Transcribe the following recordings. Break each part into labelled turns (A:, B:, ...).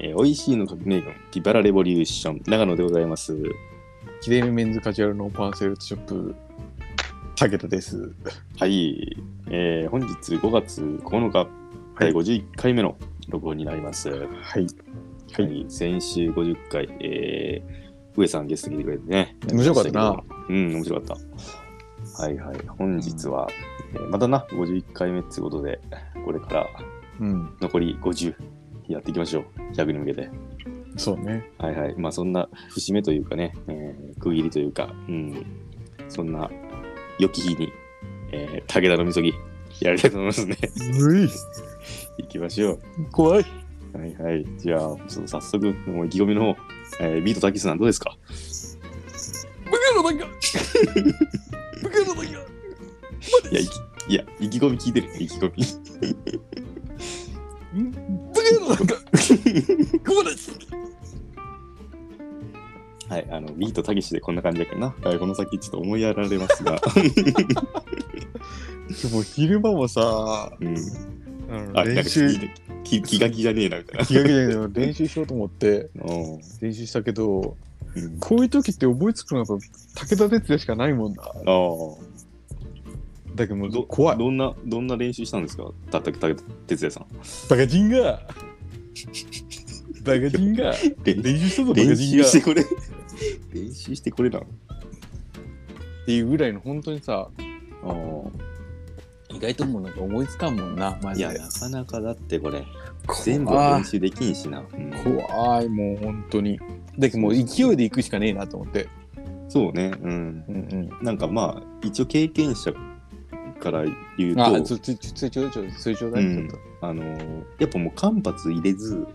A: えー、美味しいの革命軍、ギバラレボリューション、長野でございます。
B: キデミメンズカジュアルのパンセルショップ、武田です。
A: はい、えー、本日5月9日、第51回目の録音になります。はい、
B: はい。
A: 先週50回、えー、上さんゲストに来てくれてね。
B: 面白かったな。
A: うん、面白かった。はいはい、本日は、えーまたな、51回目ってことで、これから
B: うん、
A: 残り50やっていきましょう。100に向けて。
B: そうね。
A: はいはい。まあそんな節目というかね、えー区切りというか、うん、そんな良き日に、えー武田のみそぎやりたいと思いますね。
B: うい
A: 行きましょ
B: 怖い。
A: う。はいはい。じゃあ、ちょっと早速、もう意気込みの方、えービートたけしさんどうですか
B: 武家のだ け武家のだけ
A: いや、いきいや、意気込み聞いてる。意気込み。
B: 武家のだ けここです
A: はい、あの、ビートたけしでこんな感じだけどな。はいこの先ちょっと思いやられますが。
B: でも昼間もさ、
A: うん。
B: あの
A: あ、なん
B: 練
A: か
B: 習、
A: 気気気が気じゃねえな、みたいな。
B: 気が気じゃないけど練習しようと思って
A: おー
B: 練習したけど、
A: うん
B: こういう時って思いつくのが武田鉄矢しかないもんな。
A: あー
B: だけども
A: ど
B: う怖い。
A: どんな、どんな練習したんですかたたた哲也さん。
B: バカ人がバカ人が
A: 練
B: 練習したぞ、バカ
A: 練
B: 人
A: 習
B: が
A: してこれ。 練習してこれなの
B: っていうぐらいの本当にさ
A: あ
B: 意外ともうなんか思いつかんもんなマ
A: い
B: ジ
A: や、
B: で
A: なかなかだってこれ、
B: 怖い
A: 全部練習できんしな。うん
B: 怖いもう本当にだけどもう勢いで行くしかねえなと思って
A: そうね、うん。
B: うんうん
A: なんかまあ、一応経験者から言うと、
B: あ
A: あ
B: ちょちょちょちょちょちょちょちょだい
A: うん
B: ちょっと
A: のー、やっぱもう間髪入れず、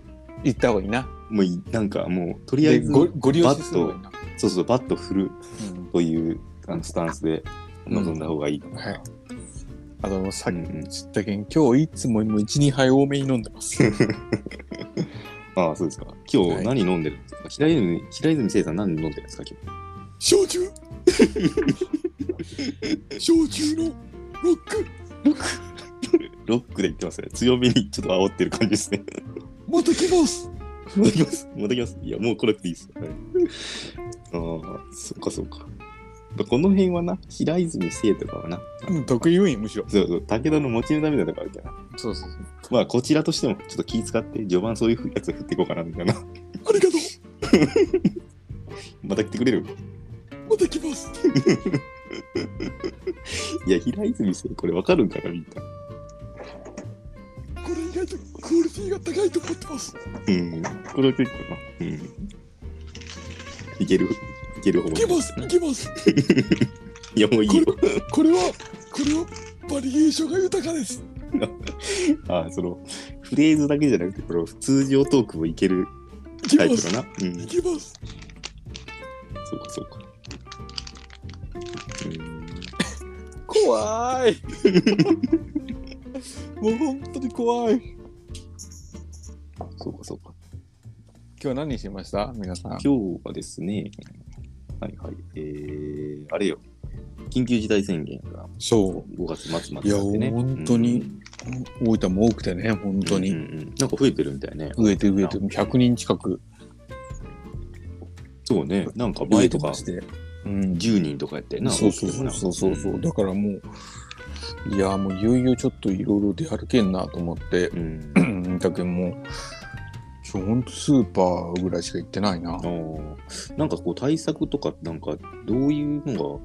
B: 行った方がいいな
A: もういなんかもう、とりあえ
B: で
A: ず、
B: ごご利用
A: バ
B: し
A: ッ
B: する方が
A: と
B: いい、な
A: そうそう、バッと振るというあのスタンスで臨んだ方がいいか
B: うん
A: な。
B: はいあのさっ
A: う
B: き
A: んうん
B: 知ったけん今日いつももう12杯多めに飲んでます
A: ああ、そうですか。今
B: は
A: 日
B: い
A: 何飲んでるんですか、平泉、平泉聖さん何飲んでるんですか今
B: 焼酎焼酎のロック
A: 日ロックで言ってますね。強めにちょっと煽ってる感じ ですね。
B: 持ってきます
A: もうできます。もうできます。いや、もう来なくていいです。はい、ああ、そっかそっか。この辺はな、平泉聖とかはな、
B: うん得意分野むしろ
A: そうそう、武田の持ちのためだとかあるから、
B: そうそうそう
A: まあ、こちらとしてもちょっと気使って、序盤そういうやつを振っていこうかな、みたいな。
B: ありがとう
A: また来てくれる
B: また来ます。
A: いや、平泉聖、これわかるんかな、みんな。
B: これ意外とクオリティが高いと思ってます。
A: うん。これは結構な。うん。いける、いける方
B: いけます。いけます。
A: いや、もういいよ。
B: これは、これはバリエーションが豊かです。
A: ああ、その、フレーズだけじゃなくて、この通常トークもいける
B: いけ
A: タイ
B: ま
A: プか
B: す。
A: な。うん
B: い。けます。
A: そうかそうか。
B: 怖い。 もう本当に怖い。今
A: そうかそうか。
B: 日は何しました皆さん。
A: 今日はですね、はいはい、えー、あれよ、緊急事態宣言が
B: そ
A: 5月末までなんでね。
B: いや本当にう。大分も多くてね、本
A: うん、
B: 当に。
A: うんうんうんなんか増えてるみたいね。
B: 増えて増えて、100人近く
A: そうね、なんか
B: 増え
A: 前
B: て
A: とか
B: まして。うん、
A: 10人とかやってな。
B: そうそうそうそうそうそう。だからもう、いや、もういよいよちょっといろいろ出歩けんなと思って、
A: うん。
B: だけどもう、今日ほんとスーパーぐらいしか行ってないな
A: あ。ーなんかこう対策とか、なんかどういうのが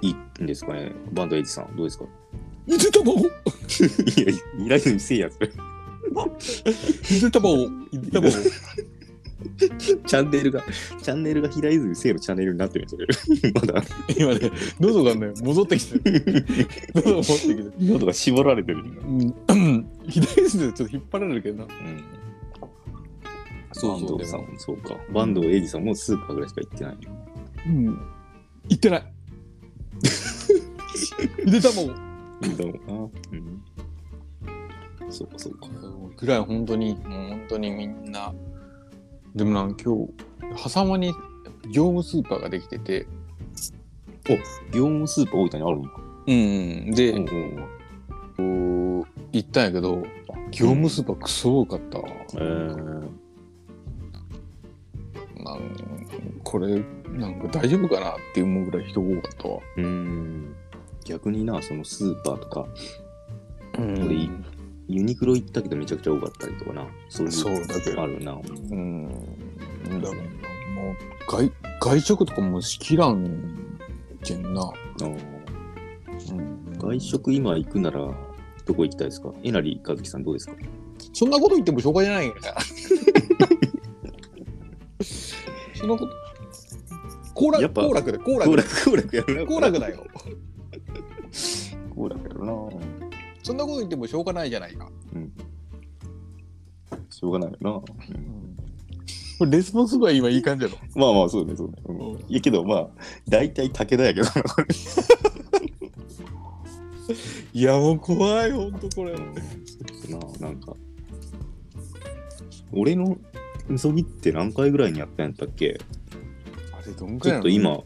A: いいんですかね、バンドエイジさん、どうですか
B: ゆで卵
A: いや、いらずにせいやそれ。
B: ゆで卵ゆで卵
A: チャンネルが、チャンネルが平泉聖のチャンネルになってるんですよ、それ まだ。
B: 今ね、喉がね、戻ってきてる。喉が戻ってきてる。
A: 喉が絞られてる。
B: うん、左手でちょっと引っ張られるけどな。
A: うん。
B: そうそう
A: 坂東さん
B: で
A: もそうか。坂東英二さんもスーパーぐらいしか行ってないよ。
B: うん。行って ない。ゆで卵
A: どうもな。うん。そうかそうか。
B: ぐらい本当に、もう本当にみんな。でもなんか今日、狭間に業務スーパーができてて、
A: 業務スーパー大分にあるのか。
B: うん、うん、で、
A: おう
B: こう行ったんやけど業務スーパークソ多かったわ、
A: おうえー
B: これなんか大丈夫かなって思うぐらい人多かったわ。
A: うーん。逆にな、そのスーパーとか、
B: うん
A: これいいユニクロ行ったけどめちゃくちゃ多かったりとかな。そういう
B: そうだけど
A: あるな。
B: うん。だからもう外外食とかもう好きらんけんな。
A: あー
B: うん
A: 外食今行くなら、どこ行きたいですかえなりかずきさんどうですか
B: そんなこと言ってもしょうがない よね。そのこと。好
A: や
B: 楽
A: っぱ
B: 好楽で好
A: 行
B: 楽
A: 楽、行楽やるな。
B: 好楽だよ。
A: 行楽やるな。
B: そんなこと言ってもしょうがないじゃないか。
A: しょうがないよな。
B: これレスポンスが今いい感じやろ。
A: まあまあ、そうね、そうね。うん
B: うん
A: いやけど、まあ、大体武田やけどな。
B: いやもう怖いほんとこれ。
A: ななんか俺のみそぎって何回ぐらいにやったんやったっけ
B: あれどんく
A: ち
B: ら
A: ょっ
B: いなの
A: と今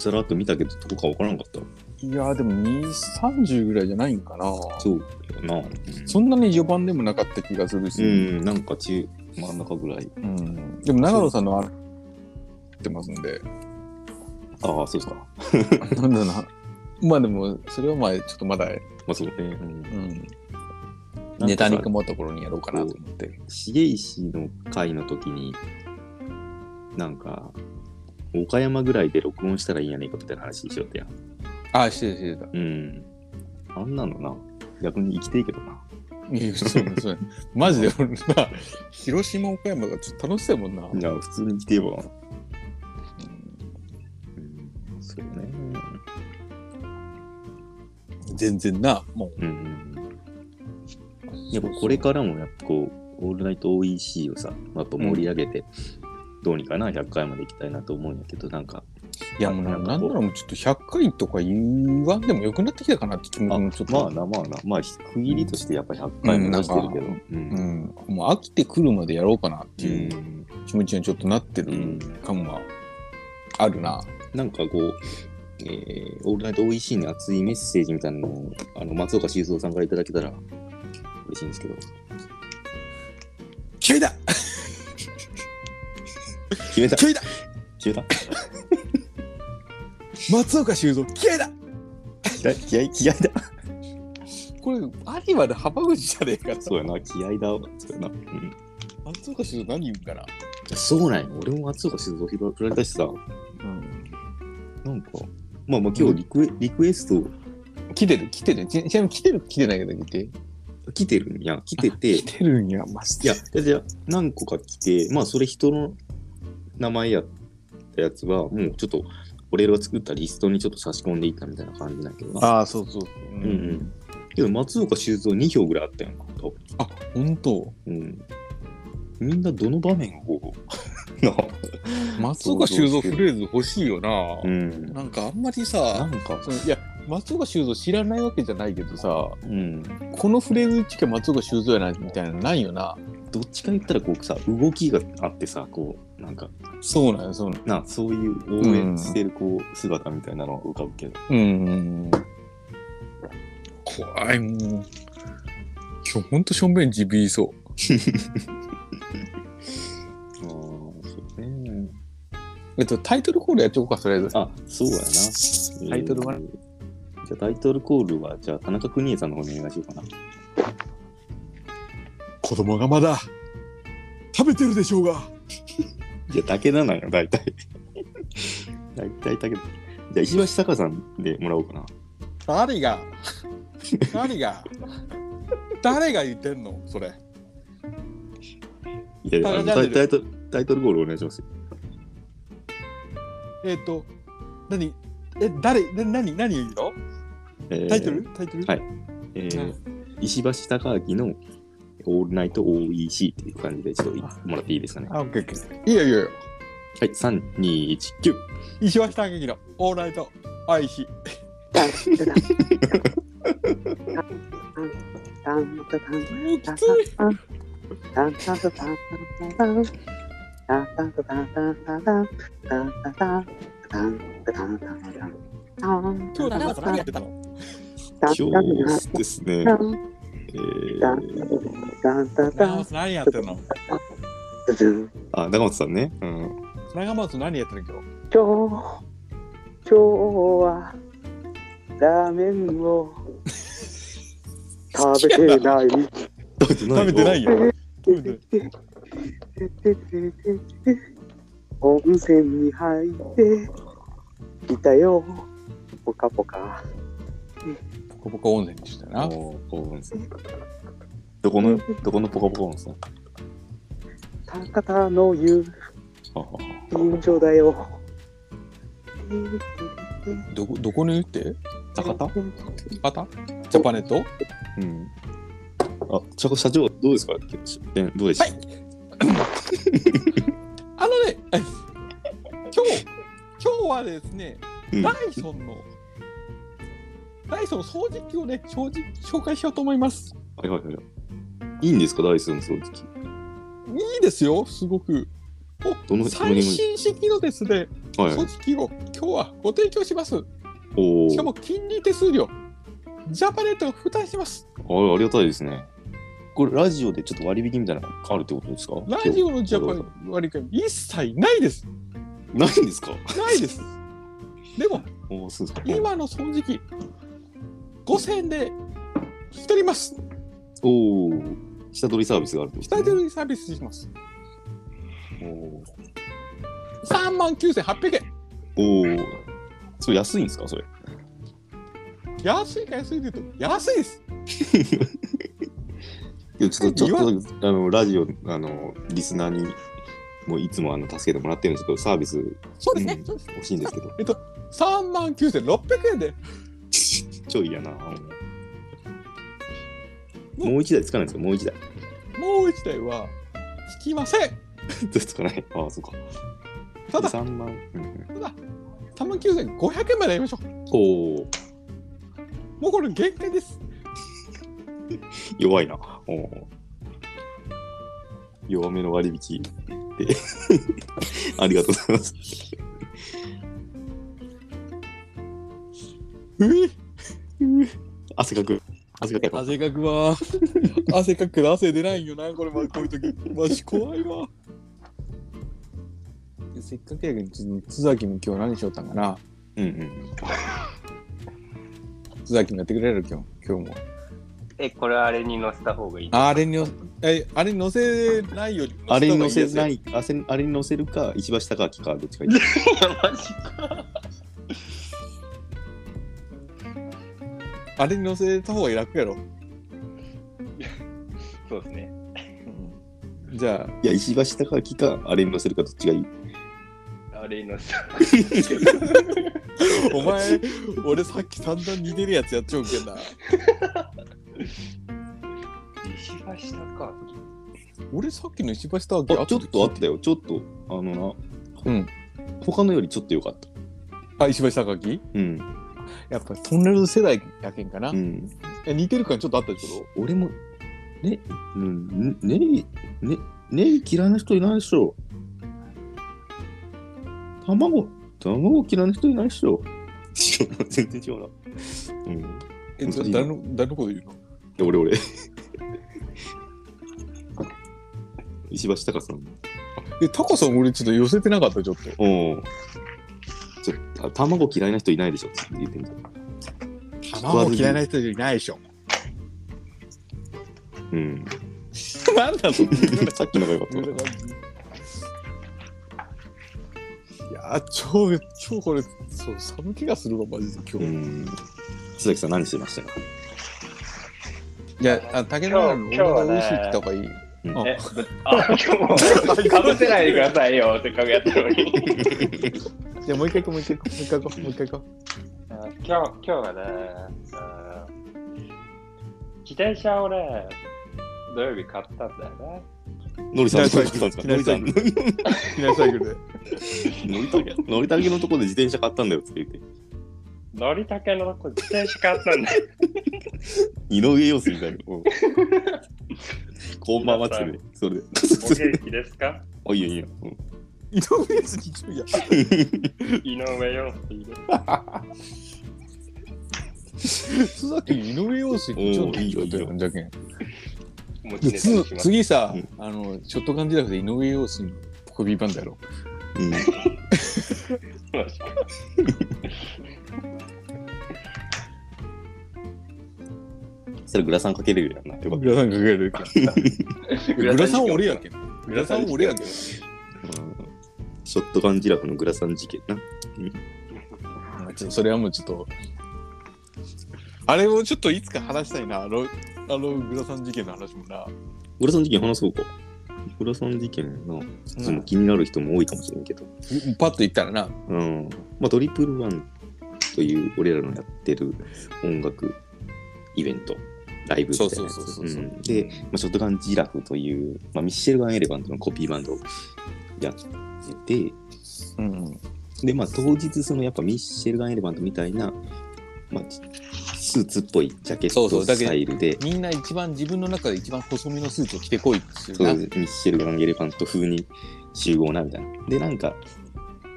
A: さらっと見たけどどこかわからんかった
B: いやでも2、30ぐらいじゃないんかな。
A: そうやなうん
B: そんなに序盤でもなかった気がする
A: う
B: し。
A: んなんか中真ん中ぐらい
B: うんでも長野さんのあれってますんで。
A: ああそうですかま
B: なんだな。まあでも、それはまあちょっとまだ、
A: あそうね、
B: うん、
A: なんかさ
B: ネタに組もうところにやろうかなと思って。
A: 重石の会の時になんか岡山ぐらいで録音したらいいんやねんかみたいな話しよったやん
B: あ、してたしてた。
A: うんあんなのな逆に生きていいけどない
B: やそうね そうねマジで俺な、広島、岡山がちょっと楽しそうやもんな。
A: いや普通に生きていえばそうね。
B: 全然な、もう。
A: うん。やっぱこれからもやっぱこう、オールナイト OEC をさ、やっぱ盛り上げて、どうにかな、100回まで行きたいなと思うんやけど、なんか、
B: いやもうななんだろう、ちょっと100回とか言わんでもよくなってきたかなって気
A: あ
B: もちょっと。
A: まあな、まあな、まあ、区切りとしてやっぱ100回も出してるけど、う。
B: うんん、もう飽きてくるまでやろうかなって
A: う
B: いうん気持ちにちょっとなってる感はあるな。
A: なんかこう、えーオールナイト OEC に熱いメッセージみたいなのを、あの松岡修造さんからいただけたら嬉しいんですけど、
B: 決めた
A: 決めた
B: 決めた
A: 決めた
B: 松岡修造決めた
A: 気合い、気合い、気合いだ
B: これ、アニマル幅口じゃねえか。
A: そうやな、気合いだ。そうやな。うん
B: 松岡修造何言うかな。
A: そうなんや。俺も松岡修造拾われたしさ、
B: うん。
A: なんか、まあまあ今日リクエ,、リクエスト
B: 来てる、来てる。ちちなみに来てる、来てないけど来て。
A: 来てるんや。来てて、い
B: 来てるんや、マジで。
A: や、じゃあ何個か来て、まあそれ人の名前やったやつは、もうちょっと俺が作ったリストにちょっと差し込んでいったみたいな感じなんやけどな。
B: ああ、そうそう。う
A: うんうん。けど松岡修造2票ぐらいあったやんか、多分
B: あ、本当。
A: うん。みんなどの場面を な
B: 松岡修造フレーズ欲しいよな。
A: ん。
B: なんかあんまり
A: な
B: さ、
A: んか、
B: そのいや、松岡修造知らないわけじゃないけどさ、
A: うん。
B: このフレーズ一か松岡修造やなみたいなのないよな。
A: どっちか言ったらこうさ動きがあってさこうなんか
B: そうなんよ、そうなんよ。
A: なそういう応援してるこう姿みたいなのは浮かぶけど、
B: うんうんうん。怖い、もう。今日ほんとしょんべんちびりそう。
A: ああそうね
B: えっと、タイトルコールやっちゃおうか、とりあえず。
A: あそうやな、
B: タイトルは
A: えーじゃあタイトルコールはじゃあ田中邦衛さんの方にお願いしようかな
B: 子供がまだ食べてるでしょうが。
A: じゃあ武田なんよ大 体大体武田じゃあ石橋貴さんでもらおうかな
B: 誰が誰が誰が言ってんのそれ。
A: いやあのタ
B: 田中ジャン
A: イ
B: ル
A: タイトルタイトルコールお願いしますよ
B: えっ、と、何え、誰な何何言うの
A: えー
B: タイトルタイトル、
A: はいえー
B: うん
A: 石橋貴明の「オールナイト OEC」っていう感じでちょっともらっていいですかね
B: あ、オッケーオッケー。いいよいいよいいよ。
A: はい、3、2、1、9。
B: 石橋貴明のオールナイト愛し。今日の朝何やってたの
A: 今日ですね、えー、
B: 今日の朝何やってんの
A: あ、中本さんね。うん。
B: 長松何やってるの今日
C: 今日、今日は、ラーメンを食べてない。
A: 食
B: 食べてないいよ。食べてない
C: 温泉に入って、いたよ。ぽかぽか。
B: ポコポコ温泉でしたよな。
A: おー温泉どこの、どこのポカポカ温泉
C: 高田の湯、
A: ああ
C: 臨場だよ。
B: どこ、どこに言って
A: 高田
B: またジャパネット
A: うん。あ、ちゃこ社長、どうですかえどうでした、
B: はいあのね、 え今日、今日はですね、
A: うん
B: ダイソンの、ダイソンの掃除機をね、正直紹介しようと思います。
A: はいはいはい。いいんですかダイソンの掃除機。
B: いいですよ、すごく。
A: どの
B: お最新式のですね、
A: はいは
B: 掃
A: い。
B: 除機を今日はご提供します。
A: お
B: しか
A: ー
B: も金利手数料、ジャパネットが負担します。
A: あれありがたいですね。これラジオでちょっと割引みたいなのあるってことですか
B: ラジオのジャパン割り勘一切ないです。
A: 今日ないんですか
B: ないです。でも、
A: おーそうですか。
B: 今の掃除機、5000円で引き取ります。
A: おお下取りサービスがあるってこ
B: ス
A: と
B: タ
A: ね、
B: ジオにサービスします。
A: おー
B: 3万9800円。
A: おーそれ安いんですかそれ。
B: 安いか安いで言うと、安いです。
A: いやちょっと、ちょっとだけ、あの、ラジオ、あの、リスナーに、もういつもあの助けてもらってるんですけど、サービス、
B: そうですね。
A: うん
B: そうです
A: 欲しいんですけど、
B: 3万9600円で、
A: ちょいやな。もう一台つかないんですかもう一台。
B: もう1台は引きません。
A: ずっとつかない。ああ、そうか。
B: ただ、
A: 3万。うんうん
B: 3万9500円までやりましょう。
A: おお
B: もうこれ限界です。
A: 弱いな。おー弱めの割引で。 ありがとうございます。
B: うぃ
A: 汗かく。汗かけば。
B: 汗かくわ。汗かくけど汗出ないよな、これ、まこういう時。マジ怖いわ。せっかくやけど、ちょっと津崎も今日何しよったんかな。
A: うんうん。
B: 津崎もやってくれる今日、今日も。
D: え、これあれに載せた方がいい。
B: あれにの、え、あれに乗せないより。。
A: あれに乗せないい、あせあれに乗せるか、石橋貴明か、どっちかいい。
D: マジか。
B: あれに乗せた方が楽やろ。
D: そうですね。
B: じゃ
A: いや、石橋貴明か、あれに乗せるか、どっちがいい。
D: あれに載せた。
B: あ、お前、俺さっき散々似てるやつやっちゃうけんな。
D: 石橋貴明。
B: 俺さっきの石橋と
A: あ、ちょっとあったよ。ちょっと、あのな。
B: うん。
A: 他のよりちょっと良かった。
B: あ、石橋貴明
A: うん。
B: やっぱトンネル世代やけんかな。
A: うん。
B: え似てる感ちょっとあったでしょ
A: 俺も、ね、うん、ね、ね、ね、ネギ嫌いな人いないでしょ。卵、卵嫌いな人いないでしょ。違うな全然違うな。うん。い
B: え、
A: うん
B: ちょ誰の、誰のこと言うの
A: や、俺、 俺。石橋貴さん。
B: え、タカさん俺ちょっと寄せてなかった、ちょっと。
A: おお。ちょた卵嫌いな人いないでしょって言ってんじゃん。
B: 卵嫌いな人いないでしょ。
A: うん。
B: なんだその
A: さっきのが良かったな。
B: いやー、超、超これ、そう、寒気がするわ、マジで今
A: う
B: 日。
A: ん。須崎さん何してま したか
B: いや、あ竹田の俺が美味しいって言った方がいい。
A: うん
D: え、ぶあ、今日、かぶせないでくださいよ。せっかくやってるのに。
B: じゃあもう一回行こう、もう一回行こう、もう一回行こ う、もう一回行こ
D: あ今日、今日はね、あ自転車をね、土曜日買ったんだよね。
A: ノリ さん、
B: 嫌い
A: ノ
B: そ
A: リさ
B: う
A: んですか、ノ
B: 嫌
A: リ
B: い
A: さ、
B: そうんう。機内サイクルで。
A: 乗りたけ、乗りたけのところで自転車買ったんだよって言って。
D: 乗りたけのとこ自転車買ったん だよ。
A: 井上陽水みたいな。うんこんばんはっつってね。そ れで。
D: お元気ですか
A: あ、いいよいいよ。うん
B: 井上陽水、ちょいや。
D: 井上陽水です。
B: 津崎井上陽水ってちょっと
A: おーいいよいいよ
B: じゃけん。
D: 持
B: で
D: ちネタに
B: つ
D: します。
B: 次さ、
A: うん
B: あのショットガンじゃなくて井上陽水のコピーバンドやろ
A: うん。
D: マジか
A: それグラサンかけるやんな。よかっ
B: グラサンかけるグラサン俺やけん。グ
D: グ
B: ラ
D: ラ
B: サ
D: サン
B: ン俺やけん。
A: た。うんショットガンジラフのグラサン事件な。
B: ちょっとそれはもうちょっと。あれをちょっといつか話したいな。あの、あのグラサン事件の話もな。
A: グラサン事件話そうか。グラサン事件の、その気になる人も多いかもしれんけど。
B: パッと言ったらな。
A: うん。まあ、トリプルワンという俺らのやってる音楽イベント、ライブみたいなやつ
B: そうそうそうそうそうん
A: で、まあ、ショットガンジラフという、まあ、ミッシェル・ガン・エレバントのコピーバンドをやってて、
B: うん。
A: で、まあ、当日、そのやっぱミッシェル・ガン・エレバントみたいな、まあ、スーツっぽいジャケッ
B: そうそ
A: ト
B: うだけ
A: スタイルで、
B: みんな一番自分の中で一番細身のスーツを着てこいっていう
A: そう
B: な。
A: ミッシェル・ガン・エレファント風に集合なみたいな。で、なんか、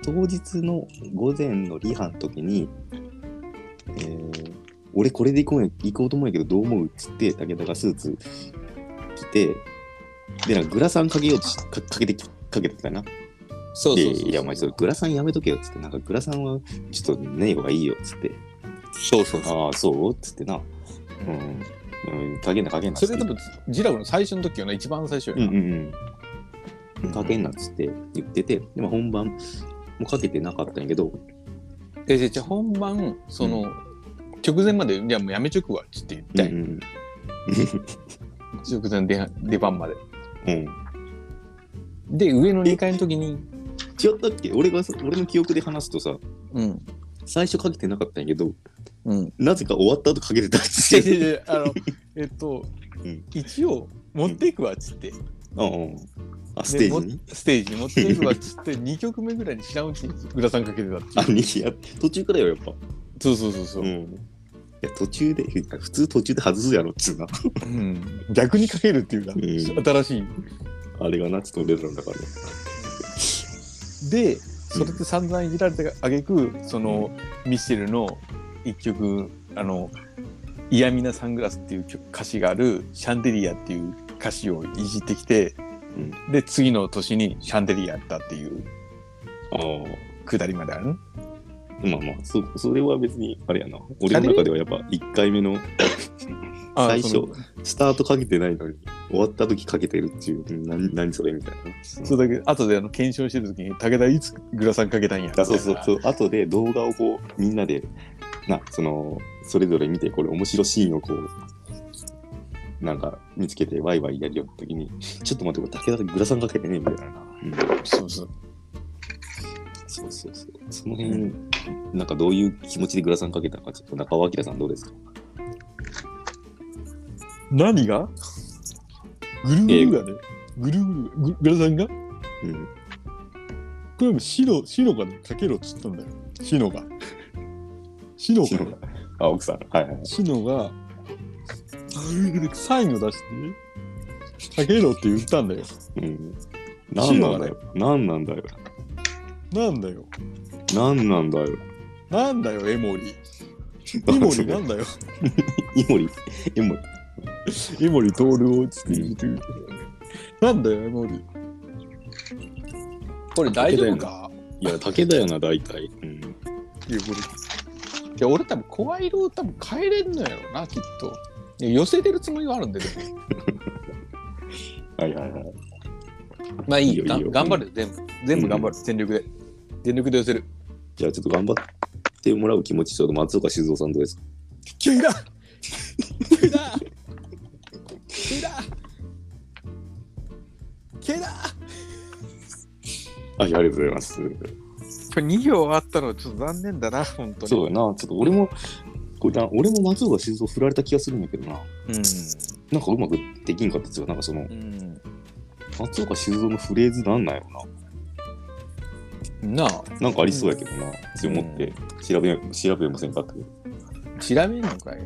A: 当日の午前のリハの時に、えー俺これで行こうや行こうと思うんやけど、どう思うっつって、武田がスーツ着て、で、なんかグラサンかけようとしかかけてきかけてきたな。
B: そ
A: で、いや、お前、それグラサンやめとけよっつって、なんかグラサンはちょっとねえ方がいいよっつって、
B: そうそうそう。
A: ああ、そうっつってな、うん、うん、かけんなかけんなっつ
B: そ
A: って
B: れ多分、ジラフの最初の時よな、一番最初よ
A: う
B: な。
A: んうんうん。かけんなっつって言ってて、でも本番もかけてなかったんやけど、
B: え、じゃあ本番、その、直前まで、いや、もうやめちょくわっつって言った
A: うん
B: よ、
A: うん
B: 直前の出出番まで。
A: うん。
B: で、上の2階の時に、
A: 違ったっけ俺がさ、俺の記憶で話すとさ、
B: うん、
A: 最初かけてなかったんやけど、
B: うん。
A: なぜか終わった後かけてたっつ
B: 違う
A: って。
B: 違う違うあの、えっと、
A: うん
B: 一応、持っていくわっつって。
A: うんうんあ、ステージに
B: でもステージに持っていくわっつって、2曲 目ぐらいに知らんうちにグラサンかけてたってい
A: あ、
B: う。
A: にや途中からよ、やっぱ。
B: そうそうそうそう。
A: うん。いや、途中で、いや普通途中で外すやろっつうな。
B: うん逆にかけるっていうか、
A: ん
B: 新し
A: あれがな、ちょっと俺らの中で。
B: い。で、それで散々いじられてあげく、その、ミッシェルの一曲、あの、嫌味なサングラスっていう曲歌詞がある、シャンデリアっていう歌詞をいじってきて、
A: う
B: で、次の年にシャンデリアやったっていう
A: ああ。
B: くだりまであるね
A: まあまあ、そ、それは別に、あれやな。俺の中ではやっぱ1回目の
B: あ
A: 最
B: そ
A: 初
B: の、
A: スタートかけてないのに、終わった時かけてるっていう、何何それみたいな。
B: そうだけど、後であの検証してる時に、武田いつグラサンかけたんや。
A: あそうそうそう。後で動画をこう、みんなで、な、その、それぞれ見て、これ面白いシーンをこう、なんか見つけてワイワイやりよった時に、ちょっと待って、これ武田グラサンかけてねみたいな。うん
B: そうそう。
A: そうそうそう。その辺、なんかどういう気持ちでグラサンかけたのか、ちょっと中尾明さんどうですか
B: 何がぐるぐるがね。ぐるぐるぐ、グラサンが
A: うん。
B: これも白、白がね、かけろっつったんだよ。白が。白が、
A: 白あ、奥さん。はいはい。
B: 白が、サインを出して、かけろって言ったんだよ。
A: うん。何なんだよ。何なんだよ。
B: なんだよ。
A: 何なんだよ。
B: なんだよ、エモリ。エモリなんだよ。
A: イモリ、イモリ。
B: エモリ徹をつって言うてるなんだよ、エモリ。これ大丈夫か
A: いや、竹だよな、大体。うん。
B: いや、これ。いや、俺多分、声色を多分変えれんのやろな、きっと。いや寄せてるつもりはあるんで、でも
A: はいはいはい。
B: まあいい
A: いいよ
B: が
A: いいよ
B: 頑張る、全部。全部頑張る、全力で。全力で寄せる。
A: じゃあ、ちょっと頑張ってもらう気持ち、ちょっと松岡修造さんどうですか
B: 急だ急だ急だ急だ
A: はい、ありがとうございます。
B: これ2票あったのちょっと残念だな、本当に。
A: そうだな、ちょっと俺も、これな俺も松岡修造振られた気がするんだけどな。なんかうまくできんかったっつうか、なんかその
B: う、ん。
A: 松岡修造のフレーズなんなんやろ
B: うん。なあ、
A: な。なんかありそうやけどな。そう思って、調べ、調べませんかって。
B: 調べんのかい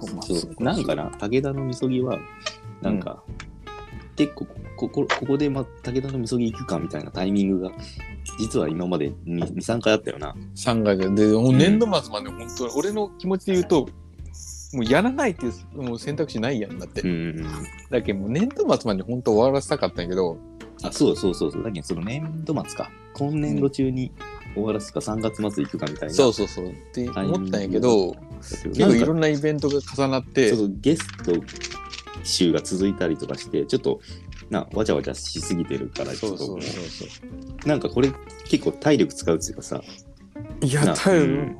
B: こまあ
A: そうなんかな、武田のみそぎは、なんか、結構ここ、ここで、ま、武田のみそぎ行くかみたいなタイミングが、実は今まで2、3回あったよな。
B: 3回で、でもう年度末まで本当に、俺の気持ちで言うと、もうやらないっていうもう選択肢ないやんだって。
A: うんうん
B: だけどもう年度末まで本当終わらせたかったんやけど、
A: あ、そうそうそうそう。だけど、その年度末か。今年度中に終わらすか、3月末行くかみたいな。
B: そううそうそうって思ったんやけど
A: 結
B: 結構いろんなイベントが重なって
A: そうそうゲスト集が続いたりとかして、ちょっと、な、わちゃわちゃしすぎてるから、ち
B: そ
A: ょ
B: う
A: っと
B: そうそうそう
A: なんかこれ結構体力使うっていうかさ、
B: いや
A: な
B: 頼
A: う
B: る
A: ん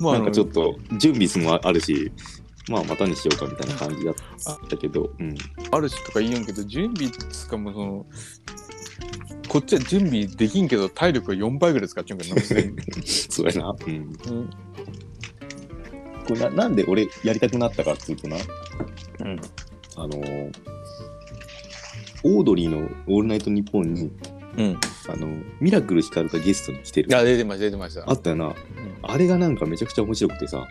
B: まああ
A: なん
B: の
A: かちょっと準備するもあるし、まあまたにしようかみたいな感じだったけど、うん。
B: あるしとか言いよんけど準備つかもそのこっちは準備できんけど体力が4倍ぐらい使っちゃうんけどな
A: そうやな。うん。
B: うん
A: これななんで俺やりたくなったかっていうとな、
B: うん
A: あのーオードリーの「オールナイトニッポンに」
B: うん
A: あのミラクルヒカルがゲストに来てる
B: あ出てました出てました
A: あったよな、あれがなんかめちゃくちゃ面白くてさ、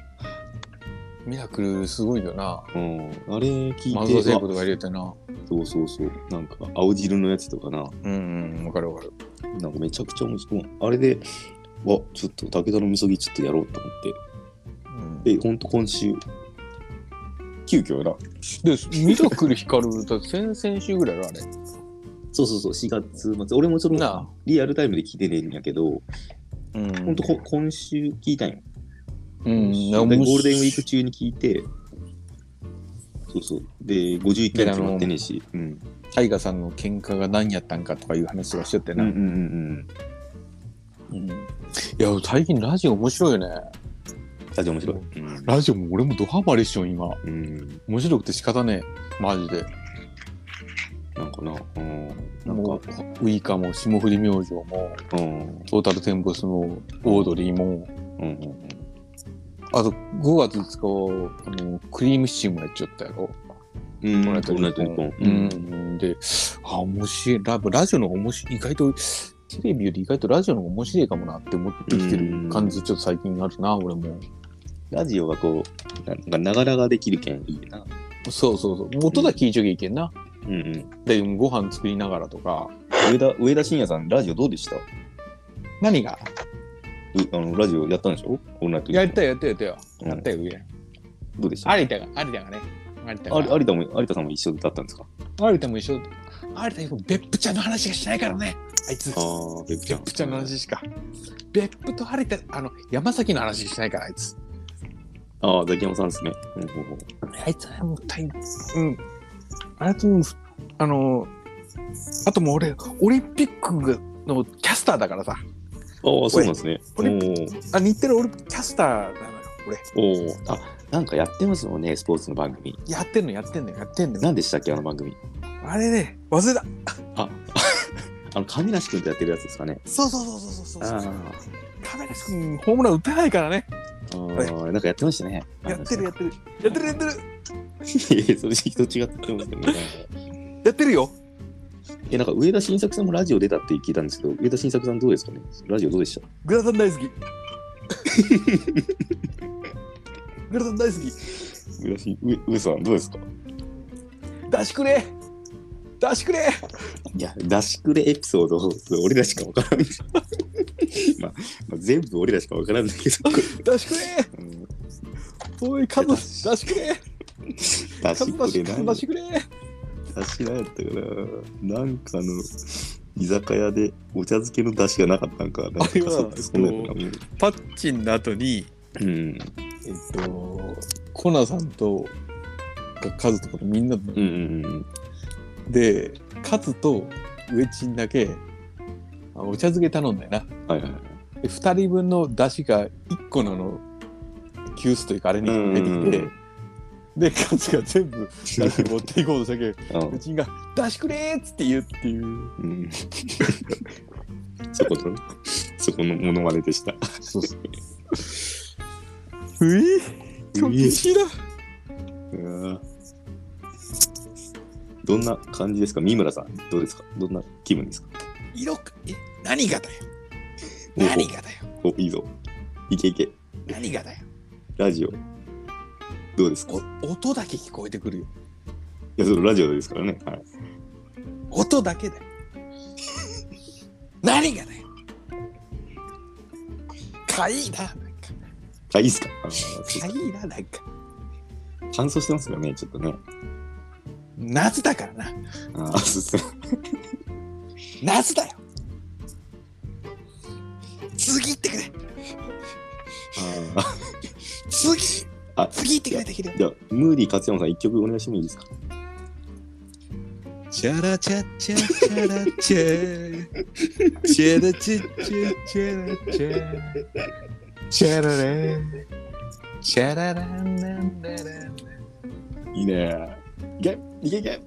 B: ミラクルすごいよな
A: うん、あれ聞
B: マゾ
A: い
B: セイ
A: て
B: コとか入れてな
A: そうそうそうなんか青汁のやつとかな
B: うんうんわかるわかる
A: なんかめちゃくちゃ面白いあれでわちょっと武田のみそぎちょっとやろうと思
B: うん
A: ってでほんと今週急遽やな
B: でミラクル光るだって先々週ぐらいやろあれ
A: そうそうそう4月末俺もちょっ
B: な
A: と
B: あ
A: リアルタイムで聞いてねえんやけど、
B: うん
A: ほんとこ今週聞いたんよ。
B: うん
A: ゴールデンウィー
B: ク
A: ク中に聞いて、そうそう。で、51回決まってねえし。うん。
B: タイガさんの喧嘩が何やったんかとかいう話とかしちゃって
A: うんうん
B: な、
A: うん
B: うんいや最近ラジオ面白いよね
A: うん。ラジオ面白い。
B: ラジオも俺もドハマりしよう今
A: うん。うん。
B: 面白くて仕方ねえマジで
A: なんかな、うん。なん
B: も
A: か、
B: うウイカも霜降り明星も
A: うん。
B: トータルテンボスもオードリーも
A: うんうん。
B: あと5月5日はあのクリームシチューもやっちゃったやろ
A: うん。
B: オールナイト
A: ト
B: ニ
A: ナ
B: ッ
A: イト
B: ポ
A: ニッポン
B: ン。うんであ面白いララジオの方が面白い意外とテレビより意外とラジオの方が面白いかもなって思ってきてる感じちょっと最近あるな俺も
A: ラジオはこう、なんか、ながらができるけんいいな。
B: そうそうそう音だけ聞いちょきゃいけんな、
A: うんうん。
B: でご飯作りながらとか
A: 上田、上田晋也さん、ラジオどうでしたう
B: 何が
A: あの、ラジオやったんでしょオールナイトニッポン
B: やりたいやったよやったよ、
A: うん
B: やったよ上
A: どうでした
B: 有田が有田がね有田
A: あ
B: が
A: れ有田も、有田さんも一緒だったんですか
B: 有田も一緒有田今別府ちゃんの話がしないからねあいつ
A: ああ、別
B: 別府ちゃんの話しか別府と有田あの山崎の話しないからあいつ
A: ああ、ザキヤマさんですね。うんうんうん
B: あいつはもう大うんあいつもあのあともう俺オリンピックのキャスターだからさ
A: ああ、そうなんですね。お
B: これあ日テレオリンピックキャスターなのよ俺
A: おおお。あ、なんかやってますもんね、スポーツの番組。
B: やってんのやってんのやってんのよ
A: 何でしたっけ、あの番組。
B: あれね忘れた
A: あの、亀梨君とやってるやつですかね。
B: そうそうそうそうそうそう
A: あ
B: 亀梨君ホームラン打てないからね
A: あー、なんかやってましたね。
B: やってるや
A: や
B: ってるやってるやって
A: い
B: る
A: やいやそれ人違ってますけどね。
B: やってるよ
A: え、なんか上田晋作さんもラジオ出たって聞いたんですけど、上田晋作さんどうですかねラジオどうでした
B: グラタン大好きグラタン大好き
A: 上田晋、上上さんどうですか
B: 出しくれ出しくれ
A: いや、出しくれエピソード、俺らしかわ からん。まあ、まあ、全部俺らしかわからんだけど、
B: 出しくれ
A: うん
B: おいカズ出しくれ
A: 出
B: カズ
A: し
B: 出し
A: くれない
B: 出しくれ
A: 出汁なんやったかななんかの居酒屋でお茶漬けの出汁がなかったんかなんか
B: あれは
A: そそんなんやったかも
B: パッチンの後に
A: うん
B: えっとコナさんとカズとかとみんな
A: うんうんうん
B: でカズとウエチンだけあお茶漬け頼んだよな
A: はいはい
B: で2人分の出汁が1個のあの急須というかあれに出てきて、
A: うん
B: でカズが全部出汁持っていこうとしたけど
A: あ
B: うちが「出汁くれ!」っつって言うっていう
A: うん そことそこのモノマネでした
B: そうそううい今日景色だ
A: うんどんな感じですか三村さんどうですかどんな気分ですか
B: 色かえ何がだよ
A: おお
B: 何がだよ
A: おいいぞいけいけ
B: 何がだよ
A: ラジオどうですかい
B: お音だけ聞こえてくるよ
A: やそれラジオですからねはい
B: 音だけだよ何がだよかいいななんか
A: あいいっすかあーそうっす
B: か
A: か
B: いいななんか
A: 乾燥してますよねちょっとね
B: 夏だからな
A: ああ、そうそう。
B: ナスだよ
E: 次行ってくれ
A: あ
E: 次
A: あ
E: 次行ってくれてきる
A: ーじゃあ、ムーディ勝山さん、一曲お願いしてもいいですか
E: チャラチャチャチャラチャチャラチャチャチャラチャチャラランチャラランランララン
A: いいね。いけいけいけ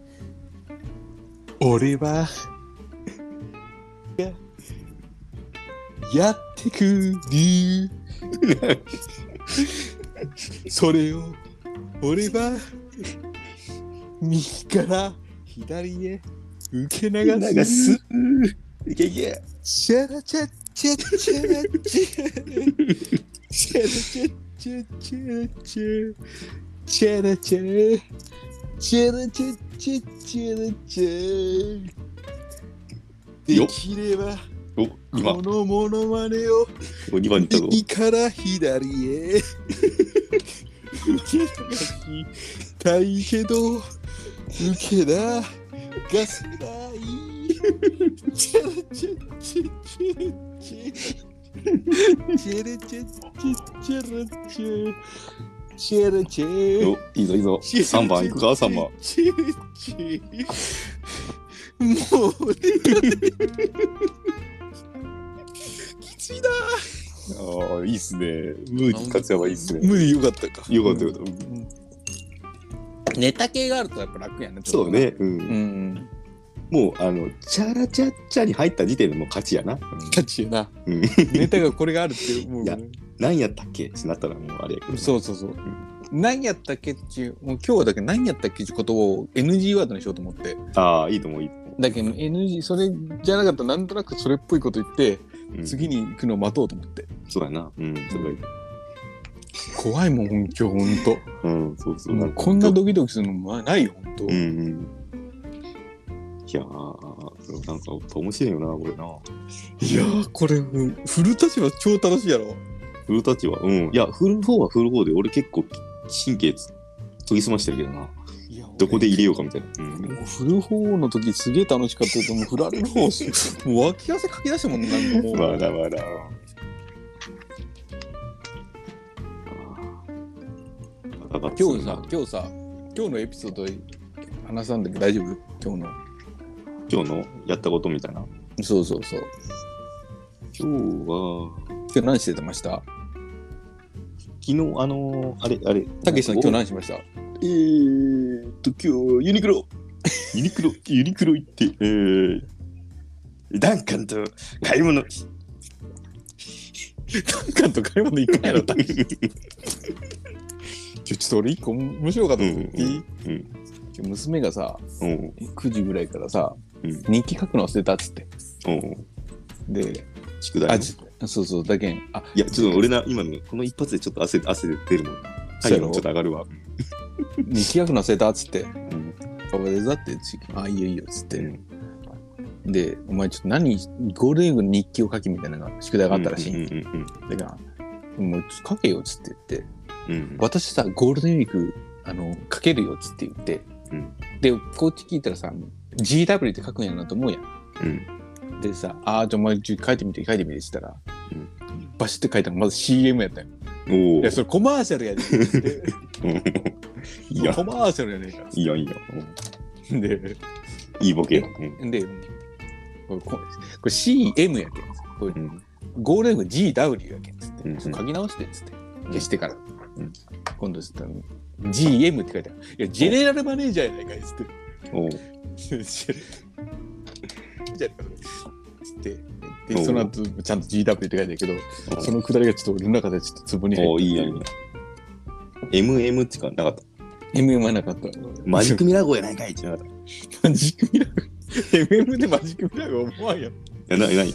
E: 俺はややってく理由それを俺は右から左へ受け流す
A: なんかすいけいけ
E: シャラチャチャチャラチャシャラチャチャチャラチャシャラチャシャラチャチャチャラチャできれば
A: お、今
E: こ、のモノマネを
A: 2番に行ったぞ。
E: 右から左へたいけど受けながせないチャラチャチャチャチャラチャチャラチャチャラチャ
A: お、いいぞいいぞ。3番行くか ?3 番。
E: もう
A: ああ、いいっすね。ムーディ勝山いいっすね。
E: 無理よかったか
A: よかったよかった。
B: ネタ系があるとやっぱ楽やね
A: そうね。う。
B: うんん
A: もう、あの、チャラチャッチャに入った時点でもう勝ちやな。
B: キャッチーな
A: うん
B: ネタがこれがあるって思うよ
A: い
B: ね
A: 何やったっけってなったらもうあれやけど。
B: そうそうそう何やったっけっていうもう今日はだけ何やったっけってことを NG ワードにしようと思って
A: ああ、いいと思う、いいと思
B: だけど NG それじゃなかったらなんとなくそれっぽいこと言って
A: う。うん
B: 次に行くのを待とうと思って
A: そうやな。うん、それがいい。
B: 怖いもん今日ほんと
A: うん、そうそう。
B: もうこんなドキドキするのもないよほんと
A: うんうん。いやー、でもなんか面白いよな、これな。
B: いやーこれ、うん、フル立場超楽しいやろ
A: フルタッチは、うん。いや、フル方はフル方で、俺結構神経つ研ぎ澄ましてるけどな。
B: いや
A: どこで入れようかみたいな。うん
B: もう振る方の時すげえ楽しかったけどもう振られる方しもう脇汗かき出したもんねなんかもう、
A: まだまだ。
B: 今日さ今日さ今日のエピソード話さんだけど大丈夫今日の
A: 今日のやったことみたいな。
B: そうそうそう
A: 今日は、
B: 今日何してました
A: 昨日、あのー、あれ、あれ。
B: たけしさん今日何しました
A: えーっと、今日、ユニクロ。ユニクロ、ユニクロ行って、えー、ダンカンと買い物。
B: カンと買い物行かないのちょちょっと俺一個面白かったこと言っていい、
A: うんうんうん
B: 今日娘がさ
A: うん、
B: 9時ぐらいからさ、
A: うん
B: 日記書くの忘れたっつって
A: うん、
B: で
A: 宿題
B: あ
A: ね。
B: じそうそうだけんあ
A: いや、ちょっと俺な、今の、この一発でちょっと汗、汗出るもん。
B: そ
A: 体
B: うや
A: 温
B: ろ
A: ちょっと上がるわ。
B: 日記書くの忘れたっつって
A: うん、
B: 「パパ手伝って」っつって「あいいよいいよ」っつって、
A: う
B: で「お前ちょっと何ゴールデンウィークの日記を書き」みたいなのが宿題があったらしい、
A: うん、うん、うん
B: だから「もうちょっと書けよ」っつって言って
A: うん、
B: 私さゴールデンウィークあの書けるよっつって言って、
A: うん
B: でこっち聞いたらさ GW って書くんやなと思うやん
A: うん。
B: でさ「ああじゃあお前ちょ書いてみて書いてみて」したら、
A: うん
B: バシッて書いたのまず CM やったよ
A: お
B: いや
A: ー
B: それコマーシャルやで
A: いや
B: コマーシャルやねんか
A: いいよ、いいよ。
B: で
A: いいボケや。うん
B: でこれここれ CM やけんこれ
A: うん
B: ゴールデンウィーク GW やけんっつって、
A: うん
B: ちょっと書き直してっつって消してから、
A: ん
B: 今度ちょっと GM って書いてあるいやジェネラルマネージャーやないかいっつって
A: お
B: じゃあつって
A: お
B: で
A: う
B: その後ちゃんと GW って書いてあるけどそのくだりがちょっと俺の中でちょっとツボに入
A: お
B: っ
A: ー
B: て
A: いいや、いいや。MM ってかなかった。
B: MM はなかった
A: マジックミラー号やないかいってなかった。
B: マジックミラー MM でマジックミラーが思わんやん、
A: いや、ない、ない。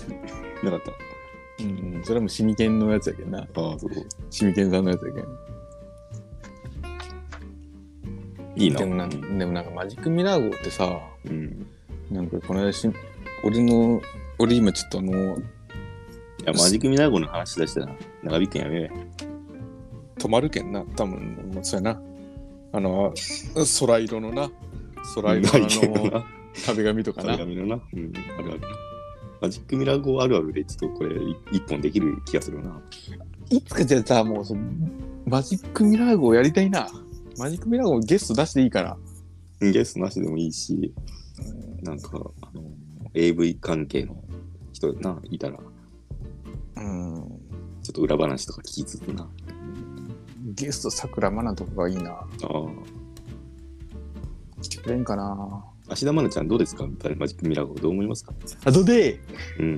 A: なかった。
B: うん、それはもうシミケンのやつやけんな
A: ああ、そう。
B: シミケンさんのやつやけん
A: いいな。
B: でもなでもなんかマジックミラー号ってさ
A: うん。
B: なんかこの間し俺の俺今ちょっとあの
A: いや、マジックミラー号の話出したら、長引くんやめようや。
B: 止まるけんな多分 もうそうやなあの空色のな空色のあの
A: な
B: 壁紙とかな
A: 壁。紙のな、うん、あるある。マジックミラー号あるあるで、ちょっとこれ、い一本できる気がするない
B: つかじゃあさ、もうそのマジックミラー号やりたいな。マジックミラー号ゲスト出していいかな。
A: うん。ゲストなしでもいいし、なんか、あの、AV 関係の人な、いたら、ちょ
B: うん。
A: っと裏話とか聞きつつな。
B: ゲストさくらまなとかがいいな。
A: ああ。
B: 来てくれんかな。
A: 芦田愛菜ちゃんどうですかマジックミラー号どう思いますか
B: あので、
A: うん。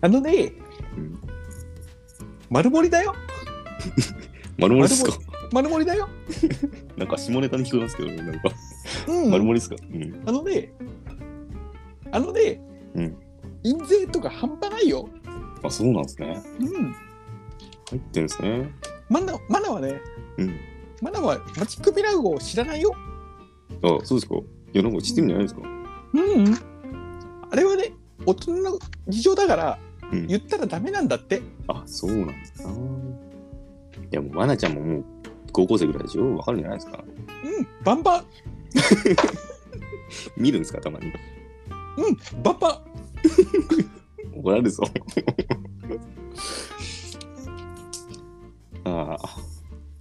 B: あので、
A: うん
B: 丸盛りだよ。
A: 丸盛りですか
B: 丸盛りだよ。
A: なんか下ネタに聞こえますけどね、なんか。
B: うん。
A: 丸盛りですかうん。
B: あのね、あのね、
A: うん
B: 印税とか半端ないよ。
A: あ、そうなんですね。
B: うん。
A: 入ってるんですね。
B: マナマナはね、
A: うん。
B: マナはマジックミラー号を知らないよ。
A: あ、そうですかいや、なんか知ってるんじゃないですか
B: うん、うん。あれはね、大人の事情だから、
A: うん
B: 言ったらダメなんだって。
A: あ、そうなんだな。いや、もう、愛菜ちゃんももう、高校生ぐらいでしょわかるんじゃないですか
B: うん、バンバン、
A: 見るんですかたまに。
B: うん、バンバ
A: 怒られる ぞ。あ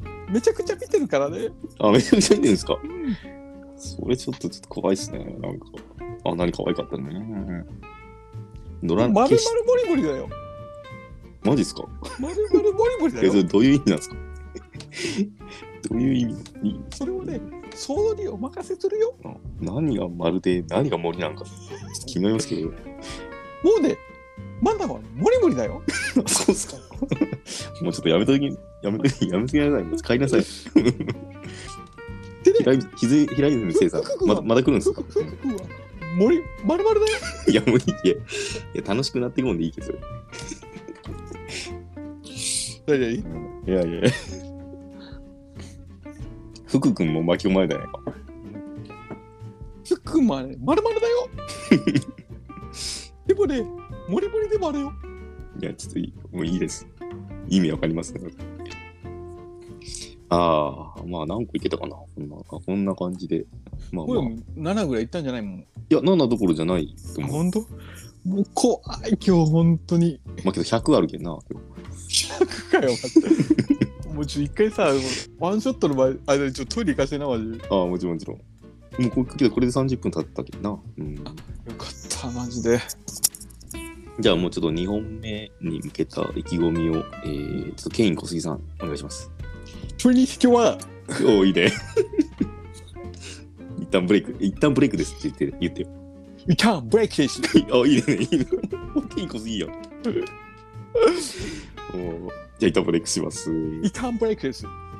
B: ン、めちゃくちゃ見てるからね。
A: あ。あ、めちゃめちゃ見てるんですか
B: うん
A: それちょっと、ちょっと怖いっすね。なんか。あ、何可愛かったのね。ドラ
B: 丸
A: ン
B: 々
A: 決し
B: ボリボリだよ。
A: マジっすか
B: 丸々ボリボリだ
A: え、それ
B: よ。
A: どういう意味なんですか どういう意味い
B: それをね、想像にお任せするよ。
A: あ何がまるで何が森なんかちょっと気になりますけど
B: もうね、マナはモリモリだよ。
A: そうっすか もうちょっとやめときやめときやめときなさいもう帰りなさい
B: でね、
A: 平泉ひず平泉聖さんまだまだ来るんです
B: ふ
A: か
B: くふくは 森丸々だよ。
A: いやもういいやいや楽しくなっていこうんでいいけど
B: 何
A: いやいや福君も巻き込まれたやないか
B: ふっくんはね、まるまるだ よ。でもね、モリモリでもあるよ。
A: いやちょっといいもういいです意味わかりますねああまあ何個いけたかなこんなこんな感じでまあ
B: も
A: まあ
B: う7ぐらいいったんじゃないもん。
A: いや7どころじゃないと思う
B: ほんともう怖い、今日本当に。
A: まあけど100あるけんな。
B: 100かよ、 待ってもうちょ、一回さ、ワンショットの前、あ、でもちょ、トイレ行かせてな、マジ。よ
A: ああ、もちろんもちろん。もうこけどこれで30分経ったけんな。うん。
B: かった、マジで。
A: じゃあもうちょっと2本目に向けた意気込みを、えー、ちょっとケイン小杉さん、お願いします。
B: トイレ今日は、
A: おお、いいね。 一旦ブレイク、一旦ブレイクですって言って、言ってよ。
B: いかん、ブレイクです。
A: あ、いいね、いいね。ケイン小 杉いいよ。おーじゃあ一旦ブレイクします。
B: いかん、ブレイクです。は